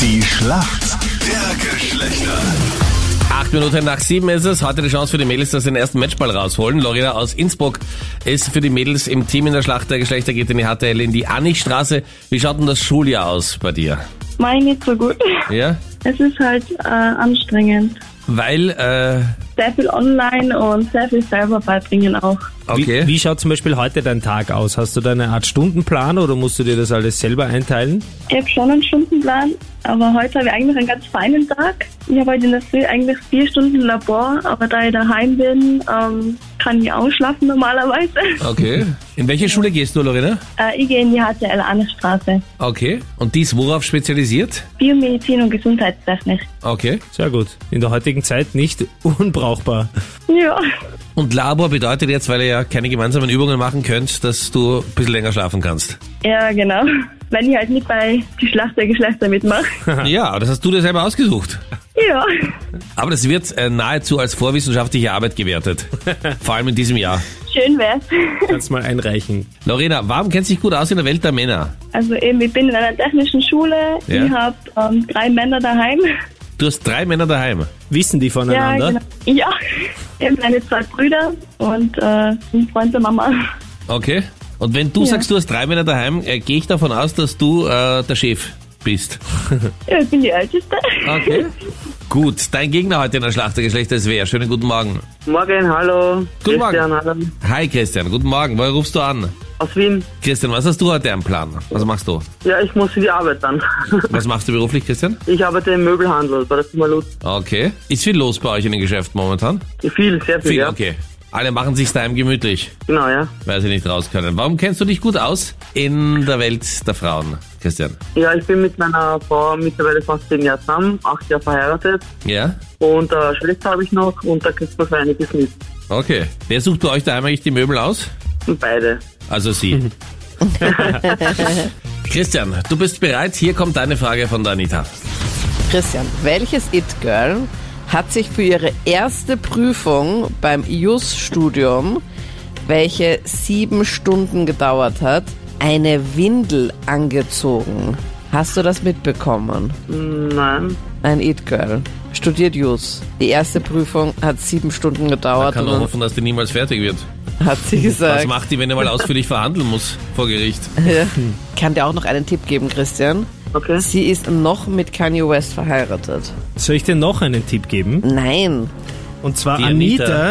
Die Schlacht der Geschlechter. Acht Minuten nach sieben ist es. Heute die Chance für die Mädels, dass sie den ersten Matchball rausholen. Lorena aus Innsbruck ist für die Mädels im Team in der Schlacht der Geschlechter, geht in die HTL in die Annichstraße. Wie schaut denn das Schuljahr aus bei dir? Meine nicht so gut. Ja? Es ist halt äh, anstrengend. Weil, äh, Sehr viel online und sehr viel selber beibringen auch. okay. Wie, wie schaut zum Beispiel heute dein Tag aus? Hast du da eine Art Stundenplan oder musst du dir das alles selber einteilen? Ich habe schon einen Stundenplan, aber heute habe ich eigentlich einen ganz feinen Tag. Ich habe heute in der Früh eigentlich vier Stunden Labor, aber da ich daheim bin, ähm, kann ich ausschlafen normalerweise. Okay. In welche Schule gehst du, Lorena? Äh, ich gehe in die HTL Annestraße. Okay. Und die ist worauf spezialisiert? Biomedizin und Gesundheitstechnik. Okay. Sehr gut. In der heutigen Zeit nicht unbrauchbar. Ja, Und Labor bedeutet jetzt, weil ihr ja keine gemeinsamen Übungen machen könnt, dass du ein bisschen länger schlafen kannst. ja genau. Wenn ich halt nicht bei die Schlacht der Geschlechter mitmache. Ja, aber das hast du dir selber ausgesucht. Ja, Aber das wird äh, nahezu als vorwissenschaftliche Arbeit gewertet. Vor allem in diesem Jahr. schön wär's. Kannst mal einreichen. Lorena, warum kennst du dich gut aus in der Welt der Männer? Also eben, ich bin in einer technischen Schule. Ja. Ich habe ähm, drei Männer daheim. Du hast drei Männer daheim. Wissen die Ja, voneinander? genau. Ja, eben meine zwei Brüder und äh, ein Freund der Mama. Okay. Und wenn du Ja. sagst, du hast drei Männer daheim, äh, gehe ich davon aus, dass du äh, der Chef bist. Ja, ich bin die Älteste. Okay. Gut, dein Gegner heute in der Schlacht der Geschlechter ist wer? Schönen guten Morgen. Morgen, hallo. Guten Christian, hallo. Hi Christian, guten Morgen. Woher rufst du an? Aus Wien. Christian, was hast du heute am Plan? Was machst du? Ja, ich muss in die Arbeit dann. Was machst du beruflich, Christian? Ich arbeite im Möbelhandel bei der Firma Lutz. Okay. Ist viel los bei euch in den Geschäften momentan? Viel, sehr viel, Viel, ja. okay. Alle machen sich's daheim gemütlich, Genau, ja. weil sie nicht raus können. Warum kennst du dich gut aus in der Welt der Frauen, Christian? Ja, ich bin mit meiner Frau mittlerweile fast zehn Jahre zusammen, acht Jahre verheiratet Ja? und äh, Schwester habe ich noch und da kriegt man so einiges mit. Okay. Wer sucht bei euch daheim eigentlich die Möbel aus? Und beide. Also sie. Christian, du bist bereit. Hier kommt deine Frage von der Anita. Christian, welches It-Girl hat sich für ihre erste Prüfung beim IUS-Studium, welche sieben Stunden gedauert hat, eine Windel angezogen? Hast du das mitbekommen? Nein. Ein It-Girl. Studiert IUS. Die erste Prüfung hat sieben Stunden Man gedauert kann und nur dann hoffen, dass die niemals fertig wird. hat sie Was gesagt. macht die, wenn ihr mal ausführlich verhandeln muss vor Gericht? Ja. Ich kann dir auch noch einen Tipp geben, Christian. Okay. Sie ist noch mit Kanye West verheiratet. Soll ich dir noch einen Tipp geben? Nein. Und zwar Die Anita,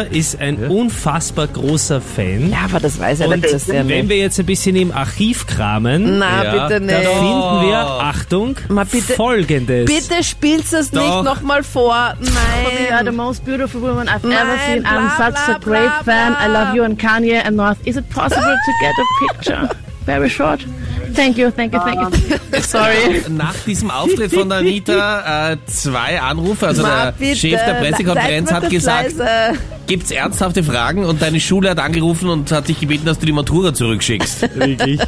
Anita. ist ein unfassbar großer Fan. Ja, aber das weiß ja der Und Christian wenn nicht. wir jetzt ein bisschen im Archiv kramen, Na, Ja, bitte da nicht. finden wir, Oh. Achtung, Ma, bitte- folgendes. Bitte spielst es Doch. nicht nochmal vor. You are the Nein. most beautiful woman I've Nein, ever seen. I'm blah, such blah, a great blah, fan. I blah. love you and Kanye and North. Is it possible to get a picture? Very short. Thank you, thank you, thank you. Sorry. Nach diesem Auftritt von der Anita äh, zwei Anrufe, also Ma, der bitte. Chef der Pressekonferenz Seid mal hat kurz gesagt, leise. gibt's ernsthafte Fragen und deine Schule hat angerufen und hat dich gebeten, dass du die Matura zurückschickst. Wirklich,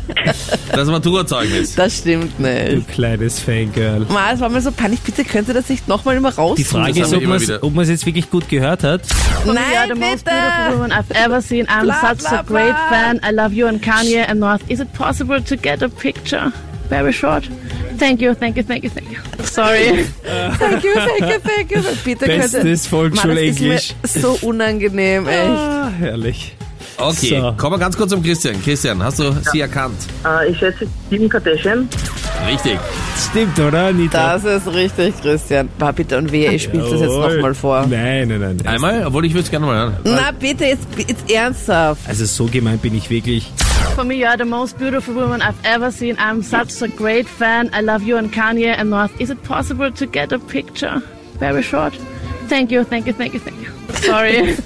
Das Maturazeugnis. Das stimmt du nicht. kleines Fangirl. Ma, es war mir so peinlich. Bitte könnt ihr das nicht nochmal immer raus. Die Das Frage ist, haben wir ob immer man's- wieder. ob man es jetzt wirklich gut gehört hat. You are the Nein, most beautiful bitte. woman I've ever seen. I'm Blah, such blah, a great blah. fan. I love you and Kanye and North. Is it possible to get a picture? Very short. Thank you, thank you, thank you, thank you. Sorry. Thank you, thank you, thank you. Bitte könnt ihr. Bestes Ma, das ist mir Volksschulenglisch. so unangenehm, echt. Ah, herrlich. Okay, So. kommen wir ganz kurz zum Christian. Christian, hast du sie erkannt? Äh, ich schätze Kim Kardashian. Richtig. Stimmt, oder, Anita? Das ist richtig, Christian. Ma, bitte und wehe, ich spiele das jetzt Jawohl. nochmal vor. Nein, nein, nein. Einmal, obwohl ich würde es gerne mal hören. Na, bitte, jetzt, jetzt ernsthaft. Also so gemeint bin ich wirklich. For me, you are the most beautiful woman I've ever seen. I'm such a great fan. I love you and Kanye and North. Is it possible to get a picture? Very short. Thank you, thank you, thank you, thank you. Sorry.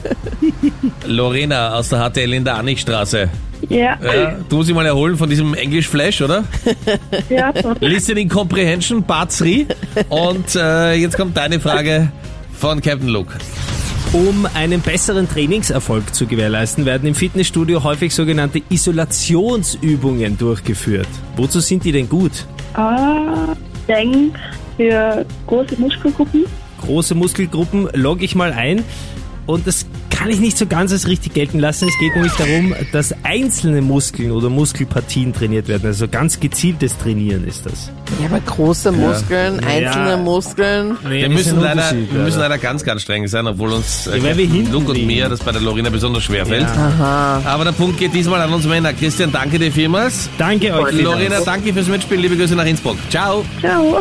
Lorena aus der HTL in der Annichstraße. Ja, Ja, du musst dich mal erholen von diesem English Flash, oder? ja, so. Listening Comprehension, Part 3. Und äh, jetzt kommt deine Frage von Captain Luke. Um einen besseren Trainingserfolg zu gewährleisten, werden im Fitnessstudio häufig sogenannte Isolationsübungen durchgeführt. Wozu sind die denn gut? Ah, denk für große Muskelgruppen. Große Muskelgruppen logge ich mal ein und das kann ich nicht so ganz als richtig gelten lassen. Es geht nämlich darum, dass einzelne Muskeln oder Muskelpartien trainiert werden. Also ganz gezieltes Trainieren ist das. Ja, aber große Muskeln, einzelne Muskeln. Nee, Wir müssen, leider, wir müssen leider ganz, ganz streng sein, obwohl uns äh, Ja, weil wir hinten Luke und liegen. mir das bei der Lorena besonders schwer fällt. Ah, Aha. Aber der Punkt geht diesmal an uns Männer. Christian, danke dir vielmals. Danke euch. Lorena, danke fürs Mitspielen. Liebe Grüße nach Innsbruck. Ciao. Ciao.